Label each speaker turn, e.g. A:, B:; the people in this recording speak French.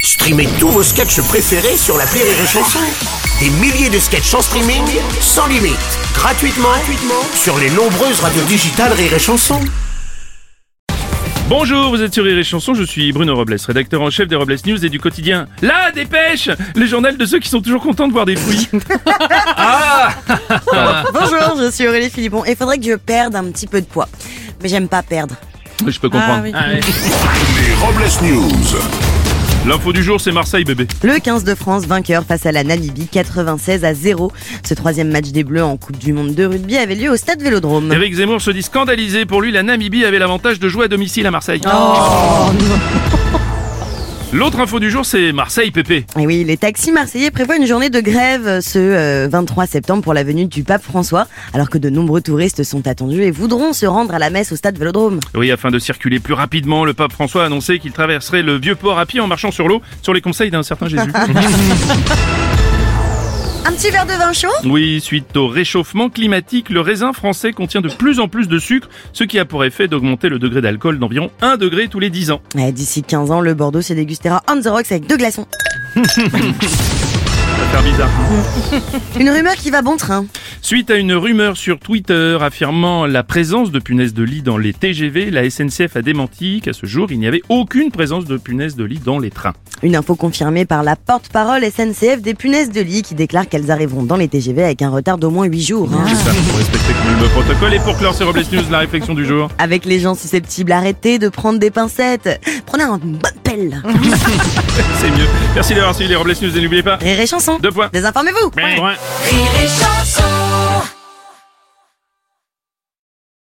A: Streamez tous vos sketchs préférés sur la Rire et Chanson. Des milliers de sketchs en streaming, sans limite, gratuitement, gratuitement sur les nombreuses radios digitales Rire et Chanson.
B: Bonjour, vous êtes sur Rire et Chanson, je suis Bruno Robles, rédacteur en chef des Robles News et du quotidien La Dépêche, le journal de ceux qui sont toujours contents de voir des fruits.
C: Bonjour, je suis Aurélie Philippon et faudrait que je perde un petit peu de poids. Mais j'aime pas perdre.
B: Je peux comprendre.
C: oui.
B: Ah ouais.
A: Les Robles News.
B: L'info du jour, c'est Marseille, bébé.
C: Le 15 de France, vainqueur face à la Namibie, 96 à 0. Ce troisième match des Bleus en Coupe du Monde de rugby avait lieu au stade Vélodrome.
B: Eric Zemmour se dit scandalisé. Pour lui, la Namibie avait l'avantage de jouer à domicile à Marseille. L'autre info du jour, c'est Marseille, pépé.
C: Et oui, les taxis marseillais prévoient une journée de grève ce euh, 23 septembre pour la venue du pape François, alors que de nombreux touristes sont attendus et voudront se rendre à la messe au stade Vélodrome.
B: Oui, afin de circuler plus rapidement, le pape François a annoncé qu'il traverserait le vieux port à pied en marchant sur l'eau, sur les conseils d'un certain Jésus.
C: Un petit verre de vin chaud
B: Oui, suite au réchauffement climatique, le raisin français contient de plus en plus de sucre, ce qui a pour effet d'augmenter le degré d'alcool d'environ 1 degré tous les 10 ans.
C: Ouais, D'ici 15 ans, le Bordeaux se dégustera on the rocks avec deux glaçons.
B: Ça va faire bizarre.
C: Une rumeur qui va bon train.
B: Suite à une rumeur sur Twitter affirmant la présence de punaises de lit dans les TGV, la SNCF a démenti qu'à ce jour, il n'y avait aucune présence de punaises de lit dans les trains.
C: Une info confirmée par la porte-parole SNCF des punaises de lit qui déclare qu'elles arriveront dans les TGV avec un retard d'au moins 8 jours. hein.
B: C'est ça, pour respecter quand même le protocole et pour clore ces Robles News, la réflexion du jour.
C: Avec les gens susceptibles, arrêtez de prendre des pincettes. Prenez un bonne pelle.
B: C'est mieux. Merci d'avoir suivi les Robles News et n'oubliez pas.
C: Rire et chanson.
B: Deux points.
C: Désinformez-vous.
B: Point.
D: Rire et chanson